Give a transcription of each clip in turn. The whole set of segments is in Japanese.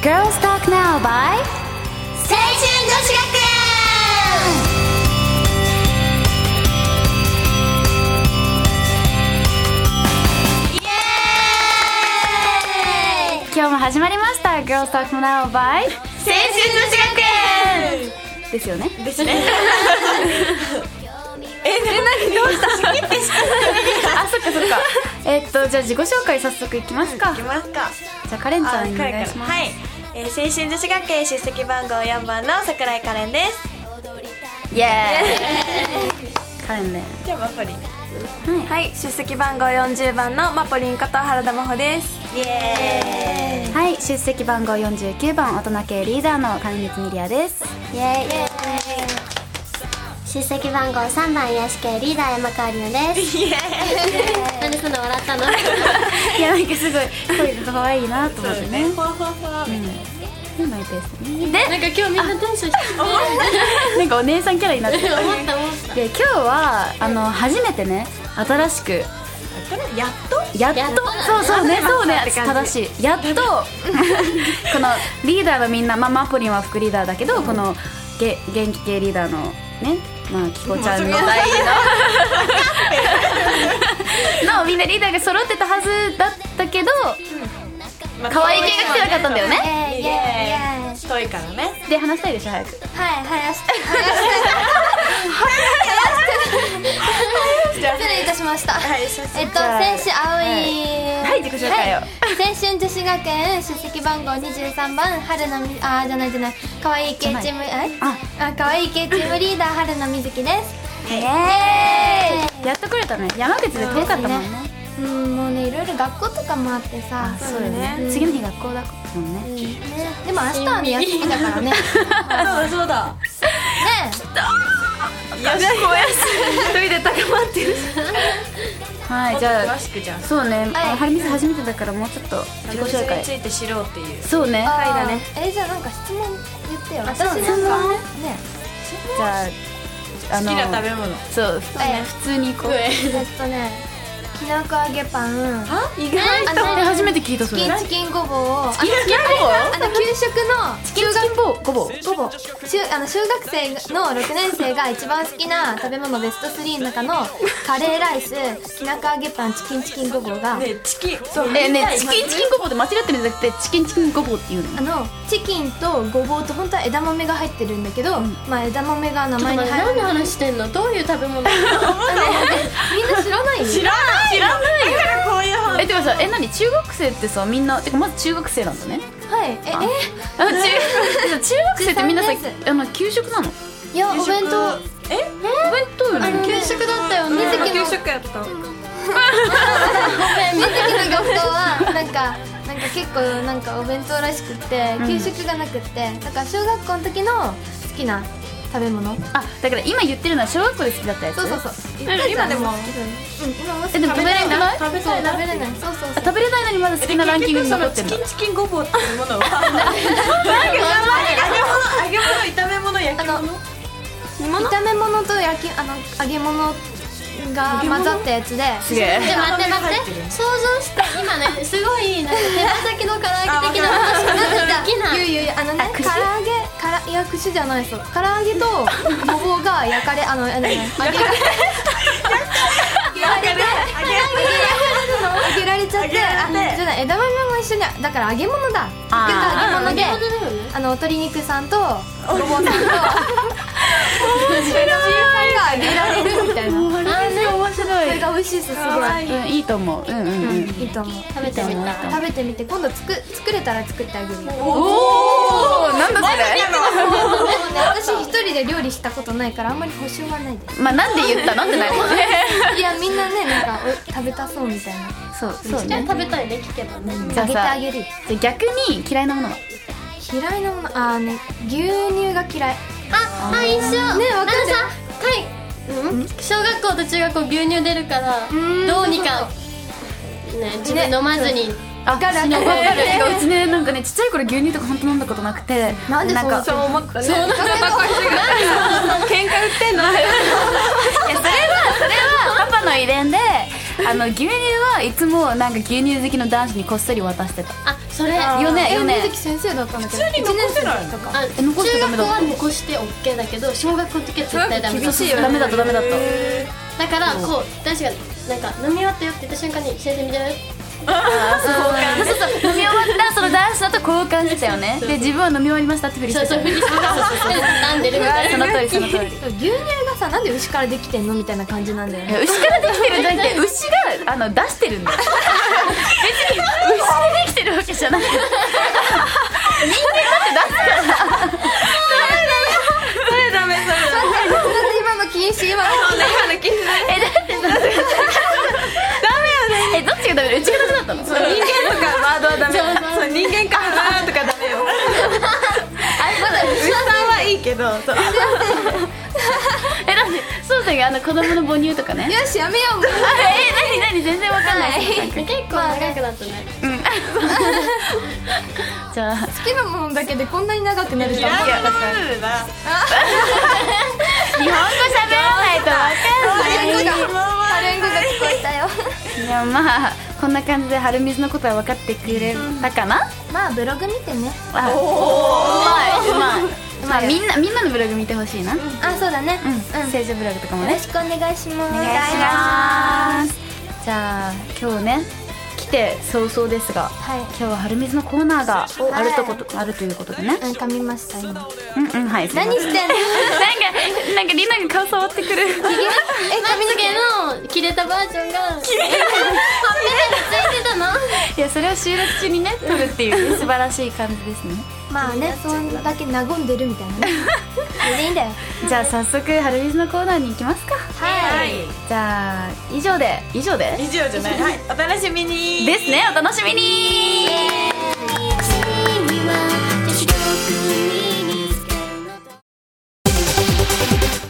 Girls Talk Now by 青春女子学園イエーイ今日も始まりました Girls Talk Now by 青春女子学園ですよねで す ねあそっかそっかえっとじゃあ自己紹介早速いきますかいきじますかゃあカレンちゃんお彼願いしますはい、えー、青春女子学園出席番号4番の桜井可憐ですイエーイカレンねじゃあマポリンはい、出席番号40番のマポリンこと原田真帆です。イエーイはい出席番号49番大人系リーダーの金光ミリア ですイエーイ出席番号3番癒し系リーダー山川里奈ですなんでそんな笑ったのいやなんかすごい声が可愛いなと思ってねふわふわふわみたいうんマイペースねなんか今日みんなテンション低い 思なんかお姉さんキャラになってるった思っで今日はあの初めてね新しくなやっとやっとやっとそうそうねそうね正しい やっとこのリーダーのみんなまあマポリンは副リーダーだけど、このげ元気系リーダーのねまあキコちゃんの代ののみんなリーダーが揃ってたはずだった けど 可愛い系が強かったんだよねたイエーイイエーイ遠いからねで話したいでしょ早くはい林じゃあ失礼いたしましたはいすいませ んえっと選手葵はい自己紹介をはい青春女子学園出席番号23番春菜みあーじゃないじゃない可愛い系チームえああ可愛い系チームリーダー春菜みずきですえイエーイやっと来れたね山口で遠かったもんねうん、もうねいろいろ学校とかもあってさそうだね次の日学校だったもん ねねでも明日 はね休みだからねねそうだそうだよし一人で高まってるはいじゃあ詳しくじゃあそうね、はいあハルミス初めてだからもうちょっと自己紹に介ついて知ろうっていうそうねあじーえじゃあなんか質問言ってよ私そうなねんかねゃああ好きな食べ物そうね普通に行こうえっとねきなこ揚げパンあ意あのえ初めて聞いたそチれキンチキンごぼうをあキンあの給食のチキンごぼうごぼうごぼう中あの中学生の6年生が一番好きな食べ物ベスト3の中のカレーライスきなこ揚げパンチキンチキンごぼうが、ねチキンそうえねチキンチキンごぼうって間違ってるんじゃなくてチキンチキンごぼうっていうのあのチキンとごぼうと本当は枝豆が入ってるんだけど、まあ枝豆が名前に入るの話してんのどういう食べ物みんな知らないよ知らない知らないだからこういう話えでもさえ何中学生ってさみんなてかまず中学生なんだねはいえあ 中中学生ってみんなさ中三であの給食なのえいやお弁当えお弁当よね給食だったよね水木の水木食やったの学校はなんかなんか結構なんかお弁当らしくって給食がなくってだから小学校の時の好きな食べ物あだから今言ってるのは小学校で好きだったやつそうそうそう今でもうん今もえでも食べれないんじゃない食べそたうい食なべれないそうそうあ食べれないのにまだ好きなランキングに残ってる結の局そのチキンチキンごぼうっていうものはなんか揚げ物揚げ物炒め物焼きあの炒め物と焼きあの揚げ物が混ざったやつですげえちょ待って待って想像した今ねすごいなんか手羽先の唐揚げ的な話しかなんかできないゆうゆうあのね唐揚げからいや串じゃないそう唐揚 げとごぼうが焼かれあのあの揚げ揚揚げげられちゃっ揚げてらあれてじゃない枝豆も一緒にだから揚げ物だあ揚げ揚物でげ物だよねあの鶏肉さんとごぼうさんとが揚げられるみたいなあー面白そいれが美味しいですすかごわいいいうんいいと思ううんうんうんいいと思う食べてみたい食べてみて今度つく作れたら作ってあげるよでもねおおなんだそ私一人で料理したことないからあんまり保証はない ですれまあなんで言ったのってなるよねいやみんなねなんかお食べたそうみたいなそうそうじゃあね食べたいね聞けばねじゃああげてさあげるよじゃあ逆に嫌いなものは嫌いなものあーね牛乳が嫌いああ一緒ねわかるなんかさはいうん小学校と中学校牛乳出るからんどうにかね自分飲まずにあわかるわかるわかるてかうちねなんかねちっちゃい頃牛乳とか本当飲んだことなくてなんでそうかそう思ったねそうなん喧嘩売ってんのいやそれはそれはパパの遺伝であの牛乳はいつもなんか牛乳好きの男子にこっそり渡してたあそれあーあよねよえね水木先生だったんだけど普通に残せないとか中残しちゃダメだ学校は残して OK だけど小学校の時は絶対ダメそうだそうダメだったダメだっただからこう男子がなんか飲み終わったよって言った瞬間に先生見てないそうそうそう飲み終わったその男子だと交換してたよねで自分は飲み終わりましたってふりしそうてた そうよふりねしてなんでるみたいそなの通りその通り牛乳がさなんで牛からできてんのみたいな感じなんだよ いや牛からできてるんじゃなくて牛があの出してるんだよ別に牛でできてるわけじゃない人間だ今の禁止今のってえどっちがダメだうちがダメだったの人間とかワードはダメそう人間かワードとかダメよ牛さんはいいけどそうえなんでそうさんがあの子供の母乳とかねよしやめようもうあえ何何全然わかんない結構長くなったねじゃあ好きなものだけでこんなに長くなると嫌思いわなもなかのっただ日本語喋らないとわかんないタレン語がタレン語が聞こえたよいやまあこんな感じで春水のことは分かってくれたかな、まあブログ見てねあおうまいうまいまあみんなみんなのブログ見てほしいな、うん、あそうだねうんよ政治ブログとかもろねしくお願いしますおお願いしますじゃあ今日ね来て早々ですが、はい今日は春水のコーナーがあるとこと、あるということでねうん噛みました今うんうんはいすいません何して んのなんかなんかりなが顔触ってくるえ髪の毛の切れたバージョンが切れたついてたの いやそれを収録中にね撮るっていう 素晴らしい感じですねまあねそんだけ和んでるみたいなねそれでいいんだよじゃあ早速春水のコーナーに行きますかはいじゃあ以上で以上で以上じゃないはいお楽しみにですねお楽しみに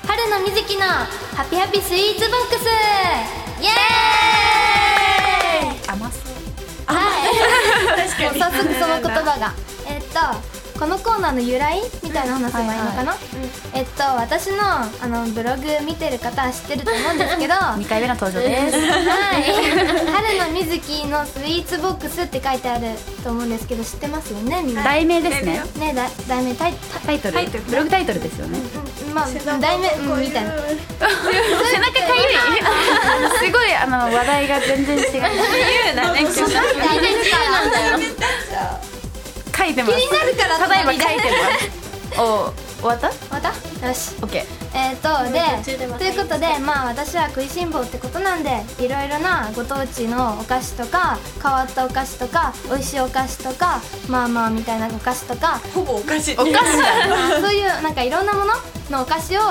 春のみずきのハピハピスイーツボックスイエーイ甘そうもう早速その言葉がえっとこのコーナーの由来みたいな話せばいいのかな、えっと私のあのブログ見てる方は知ってると思うんですけど はい2回目の登場です春のみずきのスイーツボックスって書いてあると思うんですけど知ってますよねみんな、題名ですねねだ題名タイタイトルブログタイトルですよねうんまあ題名、うんみた いな背中かゆい すごいあの話題が全然違う言うなね今日書いて書いてある からます気になるからただいま書いて隣でますお終わったまたよし ?OK えー、と途中でまでとたいうことでまあ私は食いしん坊ってことなんでいろいろなご当地のお菓子とか変わったお菓子とか美味しいお菓子とかまあまあみたいなお菓子とかほぼおかしいお菓子だそういうなんかいろんなもののお菓子を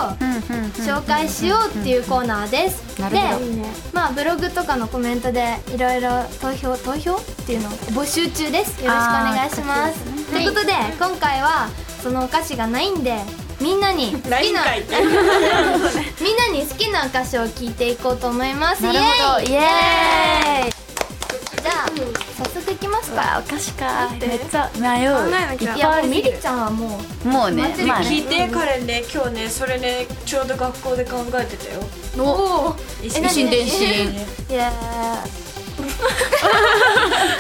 紹介しようっていうコーナーですなでるほどまあブログとかのコメントでいろいろ投票投票っていうのを募集中ですよろしくお願いしますということで今回はそのお菓子がないんでみん なに好 きなライン会ってみんなに好きな歌詞を聞いていこうと思いますなるほどイエーイじゃあ早速いきますうかわお菓子かめっちゃ迷う考えなきゃいっぱいいあやりすみぎりるちゃんはももうね待ってるまあ聞ねいてカレンね今日ねそれねちょうど学校で考えてたようおお一え何伝心いや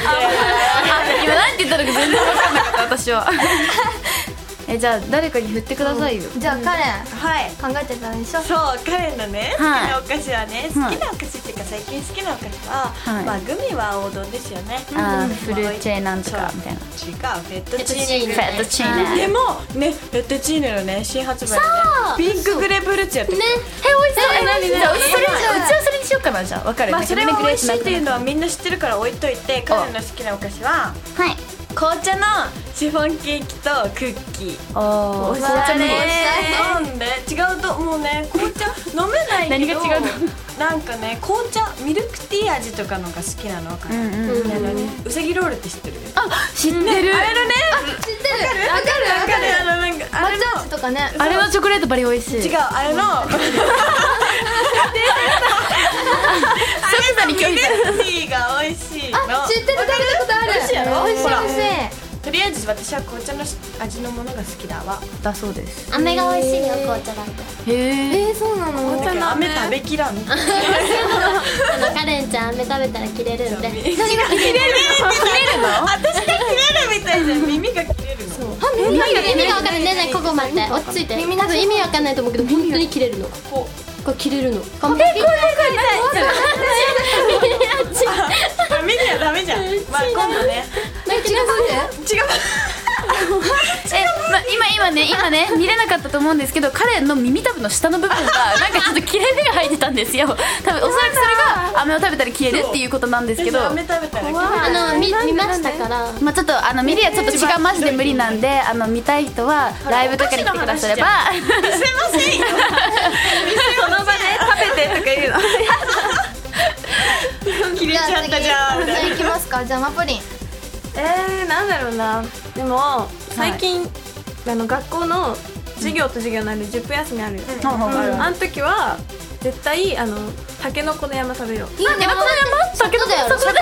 今なんて言ったのか全然分かんなかった私は えじゃあ誰かに振ってくださいよーじゃあカレはいン考えてたんでしょそうカレンのね好きはいなお菓子はね好はいきなお菓子っていうか最近好きなお菓子ははいまあグミは王道ですよねあーうんフルーチェなんとかみたいなそう違うフェットチーネフェットチーでネもねフェットチーネのね新発売でねピンクグレープフルーツやってるえ美味しそうえ何じゃあうちそれにう何ちはそれにしようかなじゃあ分かるまあそれは美味しいっていうのははみんな知ってるから置いといてカレンの好きなお菓子はい紅茶のシフォンケーキとクッキーおー紅茶ねねなんで違うともうね紅茶飲めない何けがど違うのなんかね紅茶ミルクティー味とかのが好きなのかな、うんうんなのにうさぎロールって知ってるあ知ってるあれのね知ってるわかるわかるあのなんかあれの抹茶味とかねあれのチョコレートバリ美味しい違うあれの即座に拒否ミルクティーが美味しいのあ知ってる食べたことある美味しいやろ美味しいほら美味しいとりあえいです私は紅茶の味のものが好きだわだそうです飴が美味しいよ紅茶だとへええー、そうなのだけど飴食べきらんあのカレンちゃん飴食べたら切れるんで 私が切れるみたいで耳が切れるの意味がわかんないねえねえここ待って落ち着いて多分意味わかんないと思うけど本当に切れるのこここ切れるのこれこれこあ耳はダメじゃんまあ今度ね違うまあ今今ね今ね見れなかったと思うんですけど彼の耳たぶの下の部分がなんかちょっと切れ目が入ってたんですよ多分おそらくそれが飴を食べたら消えるっていうことなんですけど私飴食べたら切れるあの見見ましたからまあちょっとあの見るやちょっと時間マジで無理なんであの見たい人はライブとかに来てくだされば見せませんよその場で食べてとか言うの切れちゃったじゃんみじゃたいあ行きますかじゃあマポリンえー、なんだろうなでも最近、あの学校の授業と授業の間で10分休みあるよ、ほうほうほ うあの時は絶対あのタケノコの山食べよういいねまた山だけどだよそこだよめっちゃそれ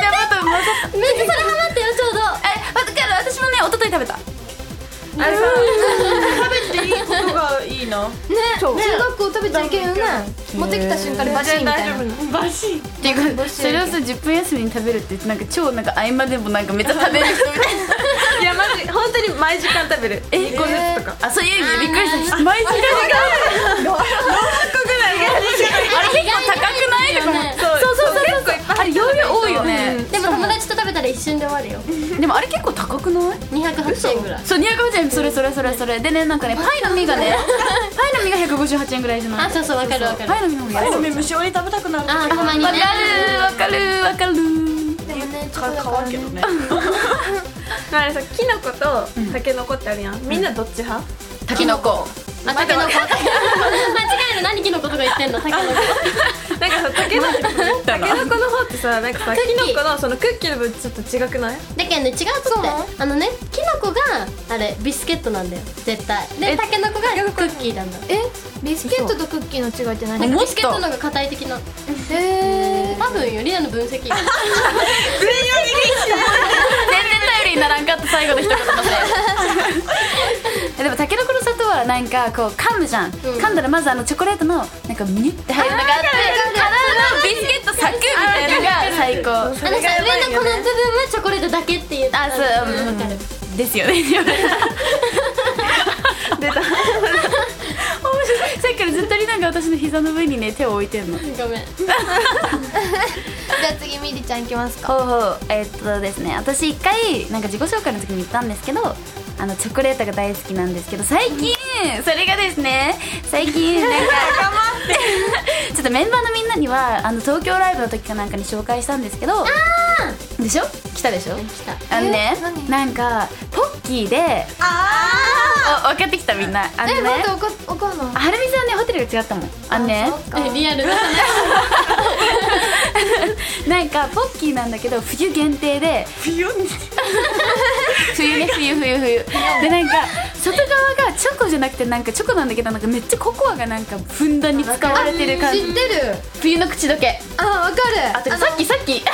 ハマったよちょうえどわかる私もね一昨日食べたなあれさ食べていいことがいいの中学校食べちゃいけんよね持ってきた瞬間にバシンみたいなバシっていうかそれをさ10分休みに食べるってなんか超なんか合間でもなんかめっちゃ食べる人みたいないやマジ本当に毎時間食べるえ1個ずつとかあそういう意味でびっくりした毎時間あれ結構高くないねそうそうそうそうあれ容量多いよねでも友達と食べたら一瞬で終わるよでもあれ結構高くない208円ぐらいそう250円それそれそれそれでねなん かねパイの実がねパイの実が158円ぐらいじゃないあそうそうわかるわかるパイの実の方があれ安でいも無性に食べたくなるあたまにねわかるわかるわかるでもねちょっとかだかかわらんけどねまああれさキノコとタケノコってあるやん、みんなどっち派タケノコあタケノコ 間違える何キノコとか言ってんのタケノコなんかさタケノコタケノコの方ってさなんかさクッキキーノコのそのクッキーの分ちょっと違くないだけどね違うとってあのねキノコがあれビスケットなんだよ絶対でタケノコがクッキーなんだえビスケットとクッキーの違いって何なんへかビスケットの方が硬い的なえ多分よリアの分析全然頼りにならんかった最後の一言ま ででもタケノコの砂糖はなんかこう噛むじゃん、噛んだらまずあのチョコレートのなんかミニって入るのがあってからのビスケットサクッみたいなのが最高あのさ上のこの部分はチョコレートだけっていうあそう、んうんわかるですよね出た面白いさっきからずっとりなんか私の膝の上にね手を置いてんのごめんじゃあ次みりちゃんいきますかほうほうえーっとですね私一回なんか自己紹介の時に言ったんですけどあのチョコレートが大好きなんですけど最近それがですね最近なんかちょっとメンバーのみんなにはあの東京ライブの時かなんかに紹介したんですけどでしょ来たでしょ来たあのねえ何なんかポッキーであ分かってきたみんなあのえね待っておかおかんのはるみさんねホテルが違ったもんあのねそっかえリアルだなんかポッキーなんだけど冬限定 でビヨン冬ね冬冬冬でなんか外側がチョコじゃなくてなんかチョコなんだけどなんかめっちゃココアがなんかふんだんに使われてる感知じってる冬の口どけあわかるあてかさっきさ っき留学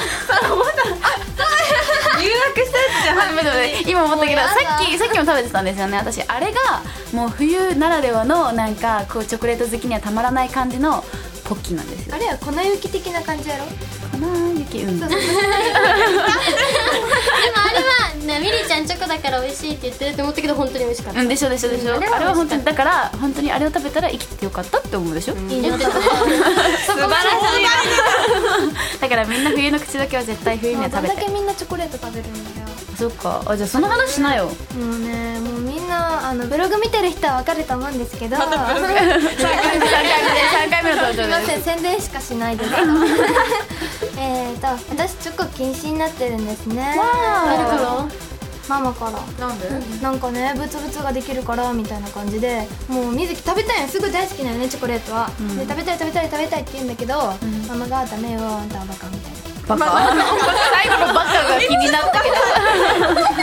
したやつじゃんあごめんごめん今思ったけどもうやさだっきさっきも食べてたんですよね私あれがもう冬ならではのなんかこうチョコレート好きにはたまらない感じのポッキーなんですよあれや粉雪的な感じやろかなゆきうんでもあれはねミリちゃんチョコだから美味しいって言ってるって思ったけど本当に美味しかったうんでしょでしょでしょ、うんああれれはは本当にだから本当にあれを食べたら生きててよかったって思うでしょ、いいなってね素晴らしいだからみんな冬の口どけは絶対冬にもはうど食べんだてけみんなチョコレート食べるんだよそっかあじゃあその話しな よもうねもうみんなあのブログ見てる人はわかると思うんですけどすい3回目3回目の登ま場せでん宣伝しかしない ですえっと私チョコ禁止になってるんですねわだからママからなんでなんかねブツブツができるからみたいな感じでもう水木食べたいのすぐ大好きなのねチョコレートは、で食べたい食べたい食べたいって言うんだけど、ママがダメよあんたはバカみたいなすバカ最後のバカが気になったけど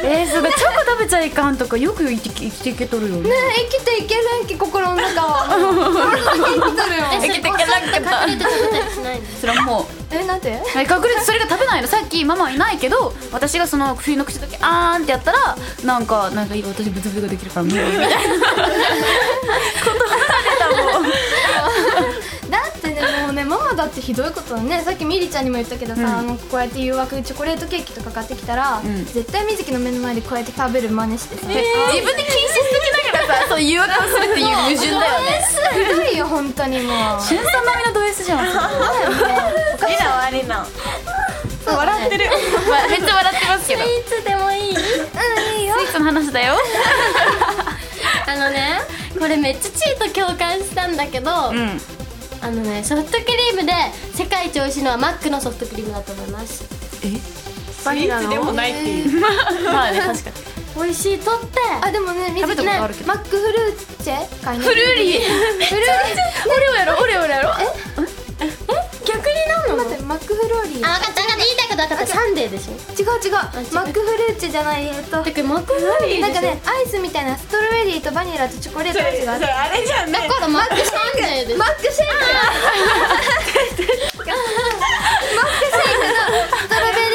えー、それチョコ食べちゃいかんとかよく生き生きていけとるよね生きていけないけ心の中は生きてるよえそ生れきていけなかった隠れて食べたりしないのそれはもう えなんてえ隠れてそれが食べないのさっきママはいないけど私がその冬の口どけあーんってやったらなんかなんかいい私ブツブツができるから無理みたいなだってねもうねママだってひどいことはねさっきみりちゃんにも言ったけどさ、うんあのこうやって誘惑チョコレートケーキとか買ってきたら、ん絶対みずきの目の前でこうやって食べる真似してさ、で自分で禁止してきながらさそう誘惑をするっていう矛盾だ よねひどいよ本当にもうしゅんさん並みのド S じゃんそれリナはリナ笑ってるまあめっちゃ笑ってますけどいつでもいういんいいよスイーツの話だよあのねこれめっちゃチーと共感したんだけど、うんあのねソフトクリームで世界一美味しいのはマックのソフトクリームだと思いますバニラのでもないっていうまあね確かに美味しいとってあでもねみずき食べたことねあるけどマックフルーチェ買いにフルルーリーフルーチオレオやろオレオやろェ待ってマックフルーリー違う違うあ分かった分かった言いたいこと分かったサンデーでしょ違うマックフルーチェじゃないえっとだからマックフルーリーなんでしかょねアイスみたいなストロベリーとバニラとチョコレートそのれ味があそるれあれじゃんねだからマックサンデーでしょマックシェイクマックシェイクのストロベリ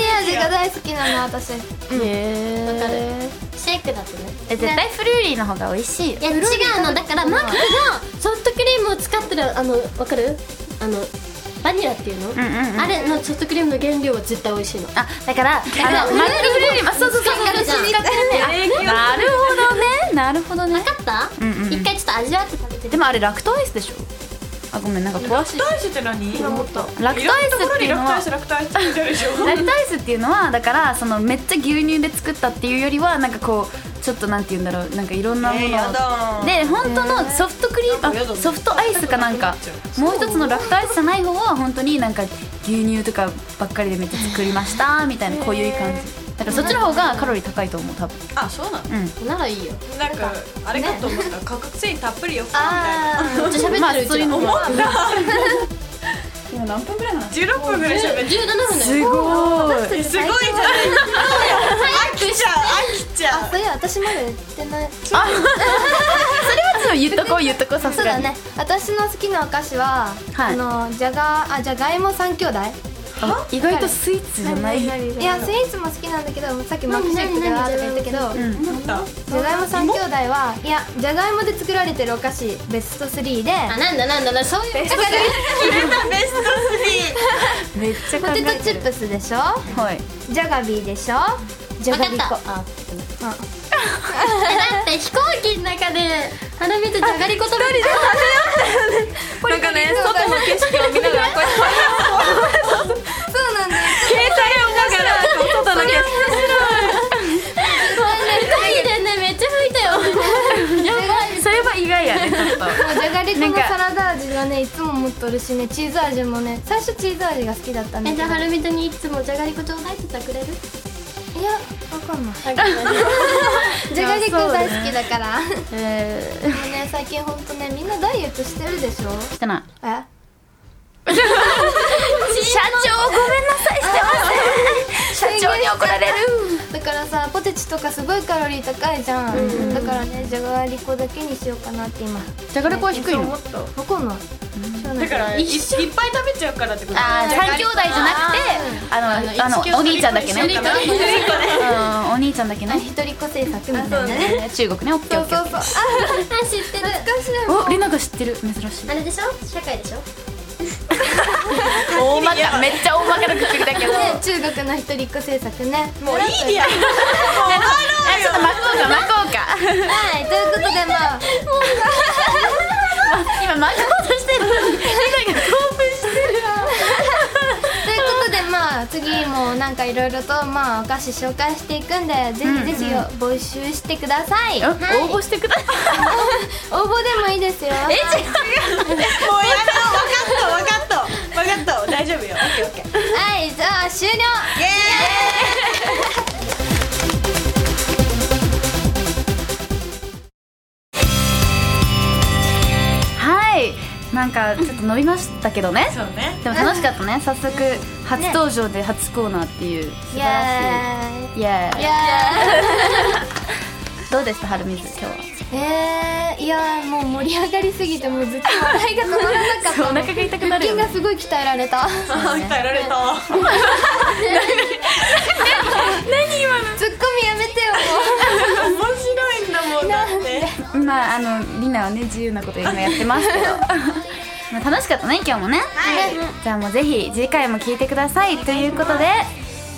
ー味が大好きなの私へわかるシェイクだとね え絶対フルーリーの方が美味しいよいや違うのだからマックがソフトクリームを使ってるあのわかるあのバニラっていうの、うんうんあれのソフトクリームの原料は絶対美味しいのあだからあのマックフルーリーあそうそうそう使ってるじゃん使ってるねあなるほどねなるほどね分かった、うんうん一回ちょっと味わって食べてでもあれラクトアイスでしょあごめんなんか詳しいラクトアイスって何今思ったラクトアイスっていうのはラクトアイスラクトアイスって言うでしょラクトアイスっていうのはだからそのめっちゃ牛乳で作ったっていうよりはなんかこうちょっとなんて言うんだろうなんかいろんなものえをーやだで本当のソフトクリーム、なんかやだあねソフトアイスかなんかもう一つのラクトアイスじゃない方は本当になんか牛乳とかばっかりでめっちゃ作りましたみたいなこういう感じだからそっちの方がカロリー高いと思う多分あそうなのうんならいいよなんかあれかと思った価格繊維たっぷりよみたいなあめっちゃ喋ってるうちら、 まあそういうのも今何分ぐらいなの16分ぐらい喋って17分だよすごいるすごいじゃん飽きちゃう飽きちゃあそういや私まだ言ってないそれは言っとこう言っとこうさすそうがだにね私の好きなお菓子は、はいあのじゃがあじゃがいも三兄弟あ意外とスイーツじゃないいやスイーツも好きなんだけどさっきマックシェイクだよとか言ったけどうじんうだっゃがいも三兄弟はいやじゃがいもで作られてるお菓子ベスト3であなんだなんだなんだそういうだからたベストめっちゃ考ポえてテるトチップスでしょはいじゃがビーでしょじゃ分がかりっこたあえだって飛行機の中で花見とじゃがりこ食べて なんかね外の景色を見ながらこうやってそうなんだよ携帯を見ながらこう外の景色飛行機でねめっちゃ吹いたよ そ れは意外やねちょっともうじゃがりこなんのかサラダ味がねいつも持っとるしねチーズ味もね最初チーズ味が好きだったんだえけじどゃあいやはるみとにいつもじゃがりこちょうだいって言ったらくれるわかんないなんかねじゃがりこ大好きだからで えもね最近ほんとねみんなダイエットしてるでしょーしてないえ社長ごめんなさいしてます社長に怒られるだからさポテチとかすごいカロリー高いじゃん、だからねじゃがりこだけにしようかなって今じゃがりこは低いのっとわかんないそうなんだだからいいっぱい食べちゃうからってことあー三兄弟じゃなくてあのあのお兄ちゃんだけね一挙取り込み一個ねうんお兄ちゃんだけあね一人っ子制作みたいなね中国ねオッケーオそッうケーそうそうああ知ってる懐かしいおりなが知ってる珍しいあれでしょ社会でしょ大まかめっちゃ大まかなくく りだけどね中国の一人っ子制作ねもういいでやもう終わろうちょよっと巻こうか巻こうかはいということでまあ 今巻こうとしてるりなが興奮してるということでまあ次もなんかいろいろとまあお菓子紹介していくんでぜひぜひ募集してください、応お応募してください募でもいいですよえ違もうやった分かった分かった分かった大丈夫よオッケーオッケーはいじゃあ終了イエーイはいなんかちょっと飲伸びましたけどねそうねでも楽しかったね早速初登場で初コーナーっていう素晴イらエしいイエーーイイイエどうでしたはるみず今日はーイえーいやーもう盛り上がりすぎてもうずっと笑いが止まらなかっそうたお腹が痛くなる腹筋よがねすごい鍛えられ たツッコ鍛えられたミやめてよ面白いんだもんだってまああのりなはね自由なこと今やってますけどまあ楽しかったね今日もねはいじゃあもうぜひ次回も聞いてくださいということで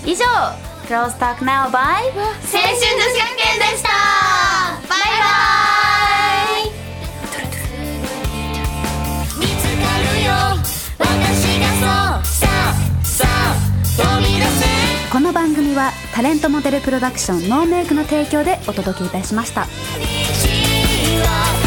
以上「Girls Talk Now by 青春女子学園でしたバイバイ見つかるよ私がそうさあさあ飛び出せ」この番組はタレントモデルプロダクションノーメイクの提供でお届けいたしました「虹は